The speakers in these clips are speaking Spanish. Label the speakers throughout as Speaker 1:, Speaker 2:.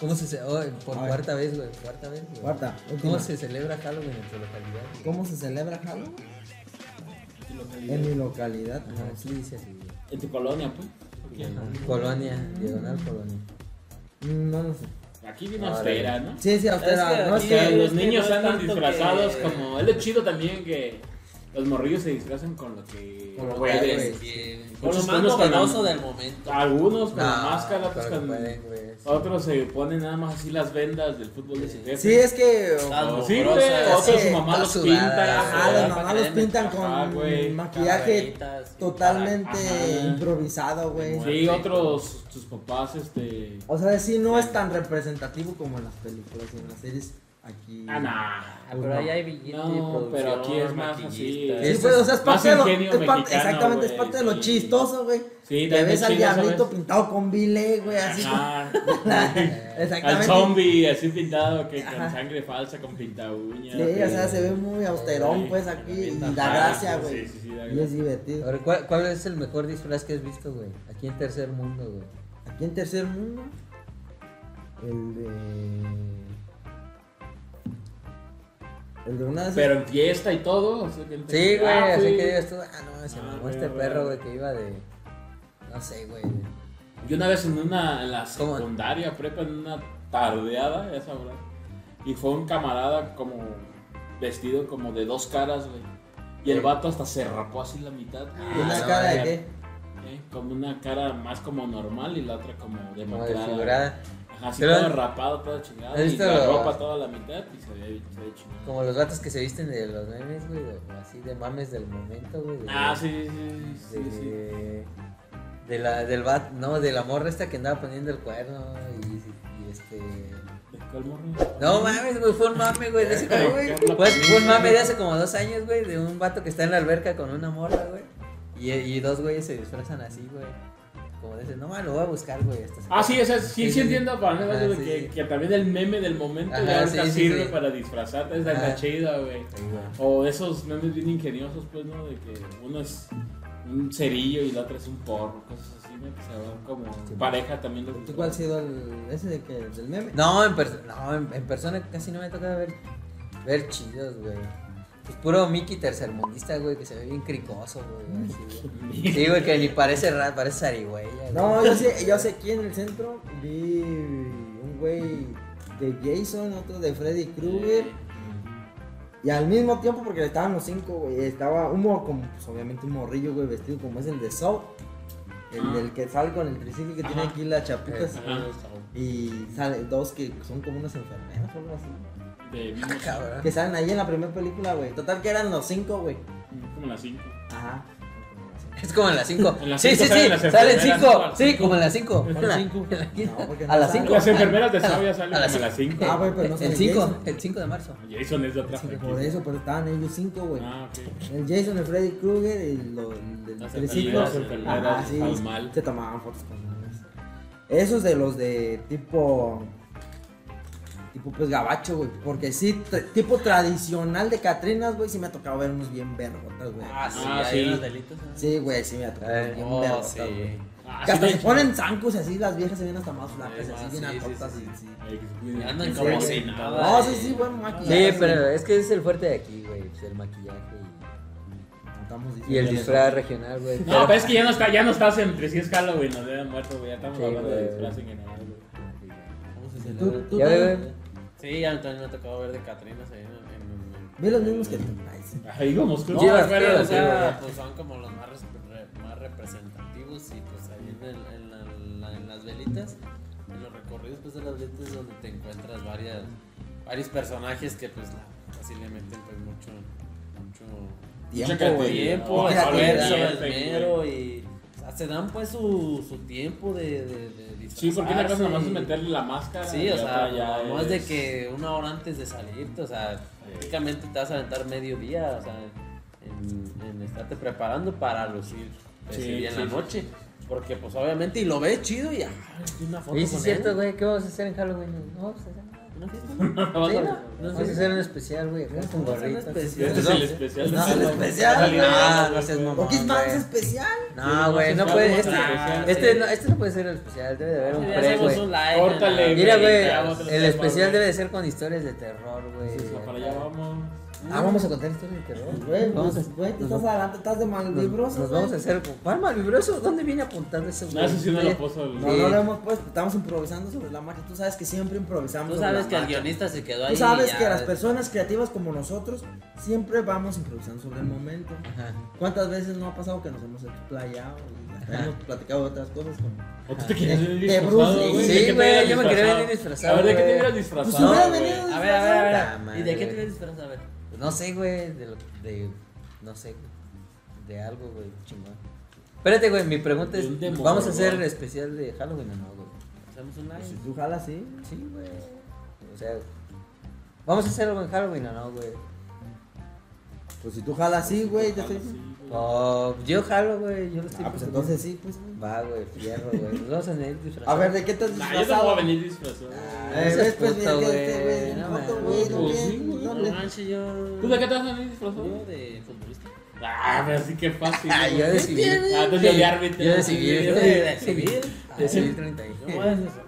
Speaker 1: ¿Cómo se ce- oh, por
Speaker 2: Ay.
Speaker 1: cuarta vez, güey? Cuarta vez, güey.
Speaker 2: Cuarta, última.
Speaker 1: ¿Cómo se celebra Halloween en tu localidad? güey?
Speaker 2: ¿Cómo se celebra Halloween? En mi localidad.
Speaker 1: Ajá, aquí dice así, güey.
Speaker 3: En tu colonia, pues. Porque
Speaker 1: Ajá. Colonia, diagonal Colonia.
Speaker 2: Mm, No lo sé.
Speaker 3: Aquí vino
Speaker 1: Ahora.
Speaker 3: austera, ¿no?
Speaker 2: Sí, sí,
Speaker 4: Es
Speaker 2: austera.
Speaker 4: que
Speaker 2: No
Speaker 4: aquí-
Speaker 3: O
Speaker 2: es que-
Speaker 3: sea,
Speaker 4: Sí,
Speaker 3: los
Speaker 4: es que
Speaker 3: niños
Speaker 4: no es
Speaker 3: andan
Speaker 4: tanto
Speaker 3: disfrazados
Speaker 4: que-
Speaker 3: como. Es lo chido también que los morrillos se disfrazan con lo que.
Speaker 1: Con lo que
Speaker 3: pueden.
Speaker 1: pueden.
Speaker 4: Con lo
Speaker 3: Muchos
Speaker 4: más
Speaker 3: unos con la-
Speaker 4: novedoso del momento.
Speaker 3: Algunos con la
Speaker 2: Ah,
Speaker 1: No,
Speaker 3: máscara, otros
Speaker 1: pero
Speaker 3: con.
Speaker 1: pueden, güey.
Speaker 3: Otros se ponen nada más así las vendas del fútbol de su jefe.
Speaker 2: Sí, es que.
Speaker 4: Ah,
Speaker 3: O sí,
Speaker 4: Amorosas.
Speaker 3: güey, Otros
Speaker 2: Sí,
Speaker 3: su mamá los
Speaker 1: todas
Speaker 3: pinta.
Speaker 1: sudadas.
Speaker 2: Ajá,
Speaker 4: la
Speaker 2: las mamás los
Speaker 4: académica,
Speaker 2: pintan
Speaker 3: ajá, güey.
Speaker 2: con maquillaje
Speaker 4: Calaveritas y-
Speaker 3: Ajá.
Speaker 2: totalmente improvisado, güey.
Speaker 3: Sí, otros, sus papás, este.
Speaker 2: O sea, sí, no es tan representativo como en las películas y en las series aquí.
Speaker 3: Ah, nah.
Speaker 4: Ah, Pero ahí hay billete
Speaker 3: No,
Speaker 4: de producción,
Speaker 3: pero aquí es más
Speaker 4: maquillista.
Speaker 3: así.
Speaker 2: Sí,
Speaker 1: Eso
Speaker 2: pues, o sea, es
Speaker 3: es
Speaker 2: parte de lo.
Speaker 3: más ingenio
Speaker 2: es parte-
Speaker 3: mexicano,
Speaker 2: exactamente, es
Speaker 3: güey,
Speaker 2: parte de lo
Speaker 3: sí.
Speaker 2: chistoso, güey.
Speaker 3: Sí,
Speaker 2: Te
Speaker 3: también
Speaker 2: ves al
Speaker 3: chido, ¿sabes?
Speaker 2: diablito pintado con vile, güey, así.
Speaker 3: Ajá. Al
Speaker 1: Eh,
Speaker 2: Exactamente.
Speaker 3: zombie, así pintado, que con
Speaker 2: Ajá.
Speaker 3: sangre falsa, con pinta uña.
Speaker 2: Sí, o sea, se ve muy austerón, pues, aquí. Y da gracia, güey.
Speaker 3: Sí, sí, sí, da
Speaker 2: Y es
Speaker 3: gracia.
Speaker 2: divertido.
Speaker 1: Ahora, ¿cuál, cuál es el mejor disfraz que has visto, güey? Aquí en Tercer Mundo, güey.
Speaker 2: Aquí en tercer mundo. El de. El de una de esas-
Speaker 3: Pero en fiesta y todo. o sea, que-
Speaker 1: Sí, güey,
Speaker 3: Ah,
Speaker 1: así
Speaker 3: sí.
Speaker 1: que digas tú, ah, no, se
Speaker 3: Ah,
Speaker 1: mamó
Speaker 3: güey,
Speaker 1: este
Speaker 3: güey.
Speaker 1: perro, güey, que iba de. No sé, güey.
Speaker 3: Yo una vez en una en la
Speaker 1: ¿Cómo?
Speaker 3: secundaria, prepa, en una tardeada, ya sabrás. Y fue un camarada como vestido como de dos caras, güey. Y el vato hasta se rapó así la mitad. güey.
Speaker 2: ¿Una
Speaker 1: no,
Speaker 2: cara de
Speaker 3: ya.
Speaker 2: qué?
Speaker 3: Eh, Como una cara más como normal y la otra como
Speaker 1: Como
Speaker 3: demacrada.
Speaker 1: desfigurada.
Speaker 3: Ajá, así
Speaker 1: Pero-
Speaker 3: todo rapado, todo chingado.
Speaker 1: ¿Has
Speaker 3: Y
Speaker 1: visto
Speaker 3: la
Speaker 1: lo-
Speaker 3: ropa toda la mitad y se ve, se ve chingado.
Speaker 1: Como los gatos que se visten de los memes, güey, de- así de mames del momento, güey. de-
Speaker 3: Ah, sí, sí, sí, sí, sí.
Speaker 1: de, de la del bat, no, de la morra esta que andaba poniendo el cuerno y, y este
Speaker 3: ¿De cuál morro?
Speaker 1: no mames, güey, fue un mame, güey, de hace como, güey, pues, fue un mame de hace como dos años, güey, de un vato que está en la alberca con una morra, güey, y, y dos güeyes se disfrazan así, güey, como dicen, no, mames, lo voy a buscar, güey, hasta se-
Speaker 3: Ah, sí, o sea, sí,
Speaker 1: Sí,
Speaker 3: sí,
Speaker 1: sí.
Speaker 3: entiendo para mí,
Speaker 1: Ah,
Speaker 3: de
Speaker 1: sí,
Speaker 3: que,
Speaker 1: sí.
Speaker 3: que también el meme del momento
Speaker 1: Ajá,
Speaker 3: ya ahorita
Speaker 1: sí, sí,
Speaker 3: sirve
Speaker 1: sí.
Speaker 3: para disfrazarte, es la
Speaker 1: Ajá.
Speaker 3: chida, güey.
Speaker 1: Sí, güey.
Speaker 3: O esos memes bien ingeniosos, pues, ¿no? De que uno es un cerillo y la otra es un porro, cosas así, ¿no? Que se van como
Speaker 1: Sí.
Speaker 3: pareja también. los
Speaker 2: ¿Tú cuál ha sido el, ese de que, del meme?
Speaker 1: No, en, perso- no en, en persona casi no me toca ver, ver chidos, güey. Pues puro Mickey tercermundista, güey, que se ve bien cricoso, güey. así, güey. Sí, güey, que ni parece ra- parece zarigüeya.
Speaker 2: No,
Speaker 1: güey.
Speaker 2: yo sé, yo sé aquí en el centro vi un güey de Jason, otro de Freddy Krueger. Y al mismo tiempo, porque estaban los cinco, güey, estaba un morro, como, pues, obviamente un morrillo, güey, vestido como es el de Saw. El
Speaker 3: Ah.
Speaker 2: del que sale con el triciclo que tiene
Speaker 3: Ajá.
Speaker 2: aquí las chapitas.
Speaker 3: Ajá.
Speaker 2: Y salen dos que son como unas enfermeras o algo así.
Speaker 3: De
Speaker 1: Ah, cabrón.
Speaker 2: Que salen ahí en la primera película, güey. Total que eran los cinco, güey.
Speaker 3: como las 5.
Speaker 2: Ajá.
Speaker 1: Es como en las 5.
Speaker 3: En las
Speaker 1: Sí,
Speaker 3: cinco
Speaker 1: sí,
Speaker 3: salen
Speaker 1: sí.
Speaker 3: las
Speaker 1: Salen
Speaker 3: enfermeras,
Speaker 1: 5.
Speaker 3: ¿no?
Speaker 1: Sí, como en las 5.
Speaker 3: En las cinco.
Speaker 2: No, porque
Speaker 1: A
Speaker 2: no
Speaker 1: las
Speaker 2: salen.
Speaker 1: 5.
Speaker 3: Las enfermeras de Sao ya salen
Speaker 1: A las
Speaker 3: como a las 5.
Speaker 2: Ah, güey, pero no sale
Speaker 1: El 5,
Speaker 2: Jason.
Speaker 1: el 5 de marzo.
Speaker 3: Jason es de otra
Speaker 2: Por
Speaker 3: franquicia.
Speaker 2: eso, pero estaban ellos cinco, güey.
Speaker 3: Ah, ok.
Speaker 2: El Jason, el Freddy Krueger y los del
Speaker 3: Las
Speaker 2: triciclo.
Speaker 3: enfermeras, enfermeras,
Speaker 2: Ajá, sí,
Speaker 3: al mal.
Speaker 2: Se tomaban fotos con ellos. Esos de los de tipo. Tipo pues gabacho, güey. Porque sí, tra- tipo tradicional de Catrinas, güey. Sí me ha tocado ver unos bien vergotas, güey.
Speaker 4: Ah, sí,
Speaker 3: Ah,
Speaker 4: hay
Speaker 3: sí.
Speaker 4: unos delitos. ¿no?
Speaker 2: Sí, güey, sí me ha tocado ver bien
Speaker 4: Oh,
Speaker 2: vergotas,
Speaker 4: sí.
Speaker 2: güey.
Speaker 3: Ah,
Speaker 2: Que hasta
Speaker 3: sí,
Speaker 2: se ponen zancos y así, las viejas se ven hasta más flacas,
Speaker 4: Sí,
Speaker 2: así
Speaker 4: sí,
Speaker 2: bien
Speaker 4: sí,
Speaker 2: altotas
Speaker 4: sí,
Speaker 2: y-
Speaker 4: sí.
Speaker 3: Ay, que-
Speaker 4: Andan
Speaker 3: que-
Speaker 4: como
Speaker 3: que-
Speaker 4: si nada.
Speaker 2: No, sí, sí, buen maquillaje.
Speaker 1: Ah, Sí, pero es que es el fuerte de aquí, güey. pues, El maquillaje
Speaker 2: Estamos
Speaker 1: y, y el
Speaker 2: diciendo-
Speaker 1: disfraz regional, güey.
Speaker 3: No,
Speaker 1: pero-
Speaker 3: pero es que ya no, está, ya no estás entre si es Halloween, nos deben muerto, güey. Ya estamos
Speaker 1: Sí,
Speaker 3: hablando
Speaker 1: güey.
Speaker 3: de disfraz en general, güey.
Speaker 4: ¿Cómo se
Speaker 2: Tú,
Speaker 4: celebra?
Speaker 2: tú
Speaker 1: Ya,
Speaker 2: también-
Speaker 1: güey.
Speaker 4: Sí, ya también me ha tocado ver de Catrinas ahí en, en- en-
Speaker 2: Ve los mismos que tú. Ay, sí.
Speaker 3: Ahí vamos,
Speaker 4: No,
Speaker 1: Sí,
Speaker 4: pero,
Speaker 1: las quiero,
Speaker 4: o
Speaker 1: sí,
Speaker 4: sea,
Speaker 1: güey.
Speaker 4: pues son como los más, res- re- más representativos y pues ahí en, el- en la- la- en las velitas, en los recorridos pues de las velitas es donde te encuentras varias, varios personajes que pues la- así le meten pues mucho, mucho
Speaker 2: Tiempo, güey.
Speaker 4: tiempo,
Speaker 2: Mucha
Speaker 4: esfuerzo,
Speaker 2: creatividad,
Speaker 4: esmero y o sea, se dan pues su, su tiempo de, de, de
Speaker 3: Sí, porque una cosa
Speaker 4: disfrazarse
Speaker 3: nomás es
Speaker 4: y-
Speaker 3: meterle la máscara.
Speaker 4: Ah, Sí, o
Speaker 3: y
Speaker 4: sea,
Speaker 3: otra ya
Speaker 4: no es de
Speaker 3: es-
Speaker 4: que una hora antes de salirte, o sea, prácticamente te vas a aventar medio día, o sea, en, en estarte preparando para lucir ese
Speaker 3: Sí,
Speaker 4: día en
Speaker 3: sí,
Speaker 4: la
Speaker 3: sí.
Speaker 4: noche. Porque, pues, obviamente, y lo ves chido y, ay, una foto
Speaker 1: Oye,
Speaker 4: con
Speaker 1: sí es
Speaker 4: él.
Speaker 1: cierto, güey. ¿Qué vamos a hacer en Halloween? No, pues, hacemos nada. ¿Una fiesta?
Speaker 3: No,
Speaker 1: Sí,
Speaker 3: no,
Speaker 1: no.
Speaker 3: no.
Speaker 1: Vamos a hacer un especial, güey. Acá con
Speaker 4: Vamos a hacer un
Speaker 1: gorritos.
Speaker 4: especial.
Speaker 3: Este es
Speaker 1: No,
Speaker 3: el especial.
Speaker 2: No, el especial.
Speaker 1: No, no seas mamón.
Speaker 2: ¿O qué es más
Speaker 1: güey.
Speaker 2: especial?
Speaker 1: No, güey, no puede. Este,
Speaker 3: Ah,
Speaker 1: este, no, este no puede ser el especial. Debe de haber un
Speaker 4: Ya
Speaker 1: pre,
Speaker 4: hacemos
Speaker 1: güey.
Speaker 4: un live.
Speaker 3: Córtale,
Speaker 4: ¿no?
Speaker 1: Mira, güey,
Speaker 3: Ya, otro
Speaker 1: el
Speaker 3: tema,
Speaker 1: especial
Speaker 3: güey.
Speaker 1: debe de ser con historias de terror, güey.
Speaker 3: Sí, sí, Para allá vamos.
Speaker 1: Ah, vamos a contar historias de terror.
Speaker 2: Güey,
Speaker 1: Vamos
Speaker 2: pues,
Speaker 1: a-
Speaker 2: güey, tú
Speaker 1: nos
Speaker 2: estás
Speaker 1: va-
Speaker 2: adelante, estás de
Speaker 1: Nos,
Speaker 2: malvibroso.
Speaker 1: nos
Speaker 2: güey.
Speaker 1: vamos a hacer. ¿Cuál malvibroso? ¿Dónde viene apuntando ese güey?
Speaker 3: No, eso Ah, sí no lo puso.
Speaker 2: No,
Speaker 1: Sí.
Speaker 2: no lo hemos puesto, estamos improvisando sobre la marcha. Tú sabes que siempre improvisamos.
Speaker 4: Tú
Speaker 2: sobre
Speaker 4: sabes
Speaker 2: la
Speaker 4: que el
Speaker 2: marcha.
Speaker 4: guionista se quedó ahí.
Speaker 2: Tú sabes
Speaker 4: ya,
Speaker 2: que las
Speaker 4: güey.
Speaker 2: personas creativas como nosotros siempre vamos improvisando sobre el momento.
Speaker 1: Ajá.
Speaker 2: ¿Cuántas veces no ha pasado que nos hemos explayado y hasta
Speaker 1: Ajá.
Speaker 2: hemos platicado de otras cosas? Como...
Speaker 3: ¿O tú te quieres
Speaker 2: De-
Speaker 3: venir
Speaker 2: de
Speaker 3: disfrazado?
Speaker 2: Bruce Lee.
Speaker 3: güey? ¿De
Speaker 1: Sí,
Speaker 3: qué te
Speaker 1: güey,
Speaker 3: hubieras
Speaker 1: yo me quería
Speaker 3: disfrazado?
Speaker 1: venir disfrazado,
Speaker 3: A ver, ¿de qué te
Speaker 1: güey.
Speaker 3: hubieras
Speaker 2: Pues
Speaker 3: disfrazado?
Speaker 2: hubieras
Speaker 3: güey?
Speaker 2: venido.
Speaker 4: A ver, a ver, a ver.
Speaker 1: Puta madre,
Speaker 4: ¿Y de qué
Speaker 1: güey.
Speaker 4: te ves disfrazado? A ver.
Speaker 1: Pues No sé, güey, de lo de no sé, güey, de algo, güey, chingón. Espérate, güey, mi pregunta es,
Speaker 3: De un demonio,
Speaker 1: ¿vamos a hacer
Speaker 3: güey.
Speaker 1: especial de Halloween o no, güey?
Speaker 4: Hacemos un
Speaker 2: Pues,
Speaker 4: live.
Speaker 2: si tú jalas, sí.
Speaker 1: Sí, güey. O sea, ¿vamos a hacer algo en Halloween o no, güey?
Speaker 2: Pues si tú jalas, sí, güey. Yo
Speaker 3: Ah,
Speaker 2: estoy...
Speaker 3: sí, güey.
Speaker 1: Oh, yo jalo, güey, yo lo estoy
Speaker 2: Ah, pues
Speaker 1: proponiendo.
Speaker 2: entonces sí, pues. güey.
Speaker 1: Va, güey, fierro, güey. Nos vamos a tener
Speaker 2: A ver, ¿de qué te has
Speaker 3: Nah, yo no
Speaker 2: disfrazado?
Speaker 3: voy a venir disfrazado.
Speaker 1: No
Speaker 2: Eh,
Speaker 1: seas
Speaker 2: ves, pues,
Speaker 1: puto,
Speaker 2: mira, este,
Speaker 1: güey,
Speaker 2: güey,
Speaker 1: no
Speaker 2: foto,
Speaker 1: mames.
Speaker 2: güey, no
Speaker 3: Pues
Speaker 2: ves,
Speaker 3: sí, güey,
Speaker 2: no
Speaker 4: No
Speaker 2: ves.
Speaker 4: manches, yo.
Speaker 3: ¿Tú de qué te vas a venir disfrazado?
Speaker 4: Yo de futbolista.
Speaker 3: Ah, pero así que fácil.
Speaker 1: Ah,
Speaker 3: güey.
Speaker 1: yo de civil.
Speaker 3: Ah, tú de árbitro.
Speaker 1: Yo de civil. Ah,
Speaker 4: Yo de- de civil.
Speaker 1: De civil 30.
Speaker 4: Yo me voy a disfrazar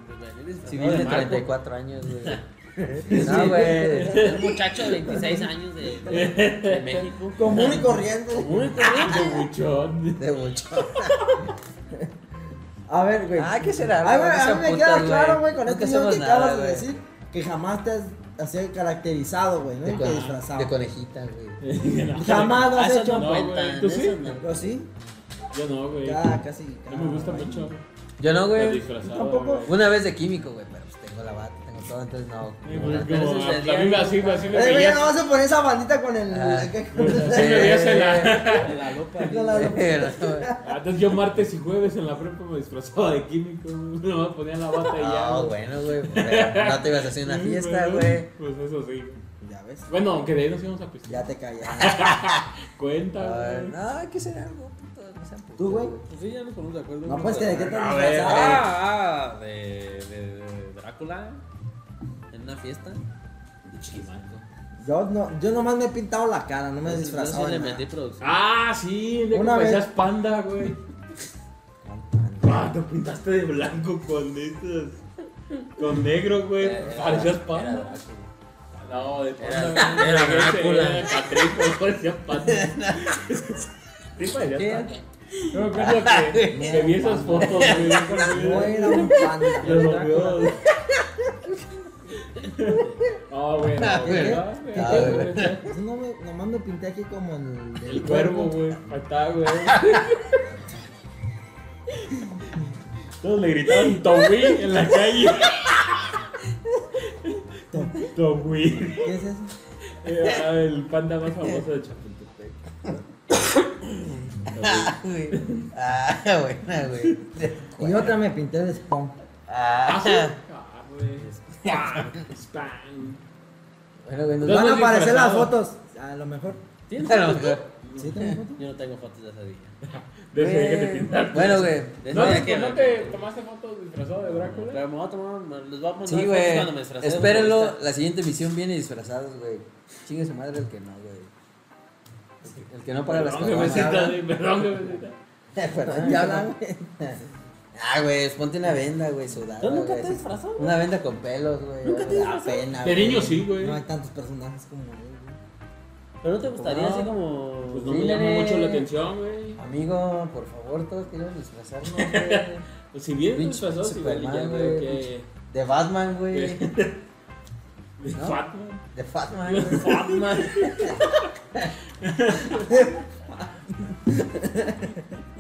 Speaker 4: de
Speaker 1: Civil de
Speaker 4: Marco.
Speaker 1: 34 años, güey. No, güey.
Speaker 4: Un muchacho de 26 años de, de- de México.
Speaker 2: Común y corriente.
Speaker 4: Común y corriente.
Speaker 3: De buchón.
Speaker 1: De mucho.
Speaker 2: A ver, güey.
Speaker 1: Ah, ¿qué será?
Speaker 2: A ver,
Speaker 1: No
Speaker 2: a
Speaker 1: sean
Speaker 2: mí me
Speaker 1: putos,
Speaker 2: queda claro, güey, con
Speaker 1: Nunca
Speaker 2: este video
Speaker 1: somos
Speaker 2: que
Speaker 1: nada,
Speaker 2: acabas de
Speaker 1: güey.
Speaker 2: decir que jamás te has así caracterizado, güey, no
Speaker 1: De,
Speaker 2: Y que
Speaker 1: con- de
Speaker 2: disfrazado.
Speaker 1: conejita, güey.
Speaker 2: Jamás lo has
Speaker 4: Eso
Speaker 2: hecho.
Speaker 4: no
Speaker 3: No,
Speaker 4: cuentan.
Speaker 3: güey, ¿tú
Speaker 4: eso
Speaker 3: sí?
Speaker 4: no.
Speaker 2: Yo sí,
Speaker 3: Yo no, güey.
Speaker 2: ya casi.
Speaker 3: No me gusta mucho.
Speaker 1: Yo no,
Speaker 3: Los
Speaker 1: güey.
Speaker 3: disfrazados,
Speaker 2: Tampoco.
Speaker 3: güey.
Speaker 1: Una vez de químico, güey, pero pues tengo la bata, tengo todo, entonces no.
Speaker 3: Sí,
Speaker 1: no,
Speaker 3: güey,
Speaker 1: no.
Speaker 3: pues, como
Speaker 4: Pero eso
Speaker 3: a- a mí me-
Speaker 4: es
Speaker 3: así,
Speaker 4: de-
Speaker 3: así me
Speaker 2: Eh, güey, ya no
Speaker 3: veías.
Speaker 2: vas a poner esa bandita con el.
Speaker 1: Ah.
Speaker 2: con
Speaker 3: Así me veías en la.
Speaker 4: De la ropa.
Speaker 2: la-
Speaker 1: Sí, no, güey.
Speaker 3: Ah, Entonces yo martes y jueves en la prepa me disfrazaba de químico. güey. Nomás ponía la bata y ya.
Speaker 1: No,
Speaker 3: güey.
Speaker 1: bueno, güey. pero No te ibas a hacer una
Speaker 3: Sí,
Speaker 1: fiesta, güey.
Speaker 3: Pues eso sí.
Speaker 2: Ya ves,
Speaker 3: Bueno, aunque de ahí nos íbamos a pistear.
Speaker 2: ya te callas.
Speaker 1: A
Speaker 3: Cuenta,
Speaker 1: ver,
Speaker 3: güey.
Speaker 1: No, hay que ser algo, puto. no sean putos,
Speaker 2: ¿Tú, güey?
Speaker 4: Pues sí, ya nos ponemos de acuerdo.
Speaker 2: No, pues que de qué te has
Speaker 3: A ver,
Speaker 2: disfrazado.
Speaker 4: Ah, ah, de, de, de Drácula. En una fiesta. De Chiquimanco.
Speaker 2: Yo, no, yo nomás me he pintado la cara, no me he
Speaker 4: Yo
Speaker 2: disfrazado.
Speaker 4: sí
Speaker 2: de
Speaker 4: le
Speaker 2: nada.
Speaker 4: metí producción.
Speaker 3: Ah, sí, el día
Speaker 2: Una
Speaker 3: que
Speaker 2: vez-
Speaker 3: parecías panda, güey. Ah, te pintaste de blanco con esas. Con negro, güey.
Speaker 2: Eh,
Speaker 4: Era-
Speaker 3: Parecías
Speaker 4: era
Speaker 3: panda.
Speaker 4: Drácula.
Speaker 3: No, de
Speaker 4: Era-
Speaker 3: panda. güey.
Speaker 4: era
Speaker 3: Ese
Speaker 4: Drácula.
Speaker 3: era Patrick, güey, parecía panda. Sí,
Speaker 1: ¿Qué?
Speaker 3: parecía panda. Yo me acuerdo que, que vi esas fotos, güey.
Speaker 2: No
Speaker 3: con-
Speaker 2: era un panda.
Speaker 3: Los
Speaker 2: era Drácula.
Speaker 3: veo. No, güey, no, güey. no, güey.
Speaker 1: Ah,
Speaker 2: Yo no me, nomás me pinté aquí como el.
Speaker 3: El cuervo, güey. Ahí está, güey. Todos le gritaban Tommy en la calle. Tommy.
Speaker 2: ¿Qué es eso?
Speaker 3: Era el panda más famoso de Chapultepec.
Speaker 1: Ah, güey. Ah, buena, güey.
Speaker 2: Y otra me pinté de spawn.
Speaker 1: Ah,
Speaker 3: Ah, güey. Spam, spam.
Speaker 1: Bueno, güey, nos
Speaker 3: Yo
Speaker 1: vamos.
Speaker 2: Van a
Speaker 3: estoy
Speaker 2: aparecer las
Speaker 3: disfrazado.
Speaker 2: fotos. A lo mejor.
Speaker 4: ¿Tienes
Speaker 1: A lo
Speaker 4: fotos?
Speaker 1: mejor.
Speaker 2: ¿Sí tengo fotos?
Speaker 4: Yo no tengo fotos de esa día.
Speaker 3: Desde que te pintaste.
Speaker 1: Bueno, güey.
Speaker 4: Desde
Speaker 3: No,
Speaker 4: que-
Speaker 3: te- ¿No te tomaste fotos disfrazado de Drácula?
Speaker 4: Pero me voy a tomar, me- les voy a mandar
Speaker 1: Sí,
Speaker 4: fotos
Speaker 1: güey.
Speaker 4: cuando me disfracé de
Speaker 1: Espérenlo,
Speaker 4: futbolista.
Speaker 1: la siguiente misión viene disfrazados, güey. Chingue su madre el que no, güey. El que- El que no paga las
Speaker 3: Perdón, jefecita,
Speaker 1: cosas.
Speaker 3: sí, perdón, jefecita.
Speaker 1: Perdón,
Speaker 2: Ya
Speaker 1: ya
Speaker 2: hablan.
Speaker 1: hablamos. Ah, güey, ponte una venda, güey, sudada.
Speaker 4: ¿Tú nunca
Speaker 1: güey,
Speaker 4: te
Speaker 1: así.
Speaker 4: disfrazas, güey?
Speaker 1: Una venda con pelos, güey.
Speaker 4: ¿Nunca te
Speaker 1: Da pena,
Speaker 3: De
Speaker 1: güey.
Speaker 3: niño sí, güey.
Speaker 2: No hay tantos personajes como él. güey.
Speaker 4: Pero no te gustaría
Speaker 1: No.
Speaker 4: así como.
Speaker 3: Pues no
Speaker 1: Sí,
Speaker 3: me llamó
Speaker 1: nene.
Speaker 3: mucho la atención, güey.
Speaker 1: Amigo, por favor, todos queremos disfrazarnos, güey.
Speaker 3: Pues si bien
Speaker 1: Pinche
Speaker 3: disfrazado, si igual y ya
Speaker 1: Superman,
Speaker 3: veo
Speaker 1: güey,
Speaker 3: que.
Speaker 1: De Batman, güey. ¿No?
Speaker 3: Batman.
Speaker 1: De Batman, güey.
Speaker 4: Batman.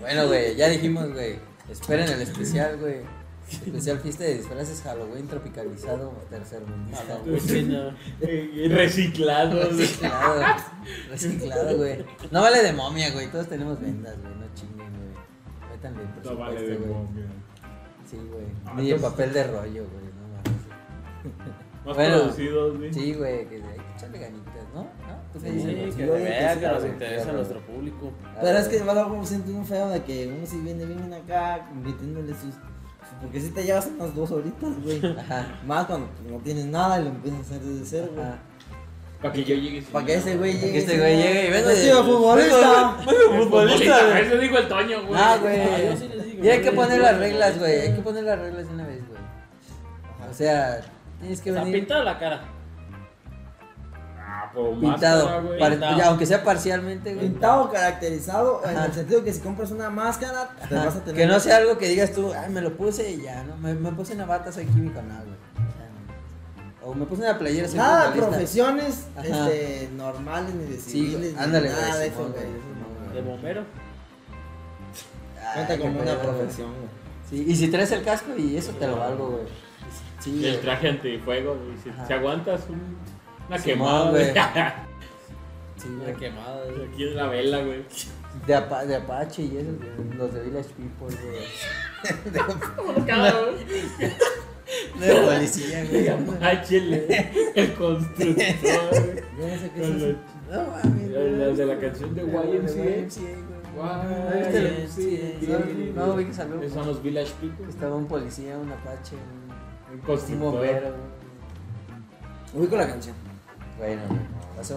Speaker 1: Bueno, güey, ya dijimos, güey. Esperen el especial, güey. Especial fiesta de disfraces Halloween tropicalizado tercermundista. güey.
Speaker 4: Cochino.
Speaker 3: Eh, Reciclado. güey.
Speaker 1: Reciclado, reciclado, güey. No vale de momia, güey. Todos tenemos vendas, güey. No chinguen, güey. Métanle el
Speaker 3: No vale
Speaker 1: presupuesto,
Speaker 3: de
Speaker 1: Este, güey.
Speaker 3: momia.
Speaker 1: Sí, güey.
Speaker 3: Ah,
Speaker 1: Ni de
Speaker 3: entonces-
Speaker 1: papel de rollo, güey. No mames.
Speaker 3: Más
Speaker 1: Bueno,
Speaker 3: producidos, güey.
Speaker 1: Sí, güey. Que hay que echarle ganitas, ¿no? ¿No? ¿Tú qué
Speaker 4: Sí,
Speaker 1: dices?
Speaker 4: que
Speaker 1: güey?
Speaker 4: Pues se
Speaker 2: yo digo que
Speaker 4: vea
Speaker 2: sí
Speaker 4: que
Speaker 2: está
Speaker 4: nos
Speaker 2: bien,
Speaker 4: interesa a
Speaker 1: claro.
Speaker 4: nuestro público.
Speaker 1: A
Speaker 2: Pero
Speaker 1: ver,
Speaker 2: es que luego me siento un feo de que uno si viene bien acá, metiéndole sus, Porque si te llevas unas dos horitas, güey.
Speaker 1: Ajá.
Speaker 2: Más cuando pues, no tienes nada y lo empiezas a hacer desde cero, güey.
Speaker 1: Ajá.
Speaker 3: Para que yo llegue. sin
Speaker 2: Para que
Speaker 3: nada.
Speaker 2: ese güey llegue.
Speaker 1: Que este
Speaker 2: y
Speaker 1: güey
Speaker 2: diga,
Speaker 1: llegue y venga.
Speaker 2: "Yo he sido futbolista.
Speaker 3: El futbolista. Eso dijo el Toño, güey.
Speaker 1: Ah,
Speaker 4: Yo
Speaker 1: güey.
Speaker 4: sí les digo,
Speaker 1: Y hay que
Speaker 4: güey,
Speaker 1: poner
Speaker 4: yo
Speaker 1: las
Speaker 4: les
Speaker 1: reglas,
Speaker 4: digo.
Speaker 1: güey. Hay que poner las reglas de una vez, güey. O sea, tienes que
Speaker 4: O sea,
Speaker 1: venir
Speaker 4: pintado la cara.
Speaker 3: Ah, pero
Speaker 1: pintado.
Speaker 3: máscara, güey.
Speaker 1: Par-
Speaker 4: Pintado.
Speaker 1: ya, aunque sea parcialmente, güey.
Speaker 2: Pintado, caracterizado, en
Speaker 1: Ajá.
Speaker 2: el sentido que si compras una máscara, te
Speaker 1: Ajá.
Speaker 2: vas a tener.
Speaker 1: Que no sea algo que digas tú, ay, me lo puse y ya, ¿no? Me, me puse una bata, soy químico, no, güey. O sea, no. O me puse una playera, soy
Speaker 2: Nada de
Speaker 1: futbolista.
Speaker 2: profesiones
Speaker 1: Ajá.
Speaker 2: este, normales ni de
Speaker 1: Sí,
Speaker 2: civiles. ni
Speaker 1: ándale, güey,
Speaker 2: nada de eso,
Speaker 1: Simón,
Speaker 2: güey.
Speaker 1: güey,
Speaker 2: Eso
Speaker 1: Simón,
Speaker 2: no,
Speaker 1: güey.
Speaker 4: De bombero.
Speaker 1: Ay,
Speaker 2: Cuenta como
Speaker 1: qué
Speaker 2: una
Speaker 1: pedo, güey.
Speaker 2: profesión, güey.
Speaker 1: Sí, y si traes el casco y eso te lo valgo, güey. Sí,
Speaker 3: Y El
Speaker 1: güey.
Speaker 3: traje antifuego, güey. Si,
Speaker 1: Ajá.
Speaker 3: si aguantas un- una
Speaker 1: Simón,
Speaker 3: quemada,
Speaker 1: güey.
Speaker 3: güey.
Speaker 1: Sí, güey.
Speaker 4: Una quemada. güey.
Speaker 3: Aquí es la vela, güey.
Speaker 1: De, Apa- de Apache y eso, güey. los de Village People, güey. De policía, güey.
Speaker 3: Áchele. El constructor. güey.
Speaker 2: Yo no sé qué
Speaker 3: Con
Speaker 2: es eso.
Speaker 3: los-
Speaker 1: No mames.
Speaker 3: Las las de la canción de YMCA.
Speaker 1: YMCA, güey. Este, No, güey, que salió.
Speaker 3: Esos son los Village People.
Speaker 1: Estaba un policía, un apache, un, un
Speaker 3: Un constructor.
Speaker 1: bombero.
Speaker 2: Ubico la canción.
Speaker 1: Bueno, güey. Hacemos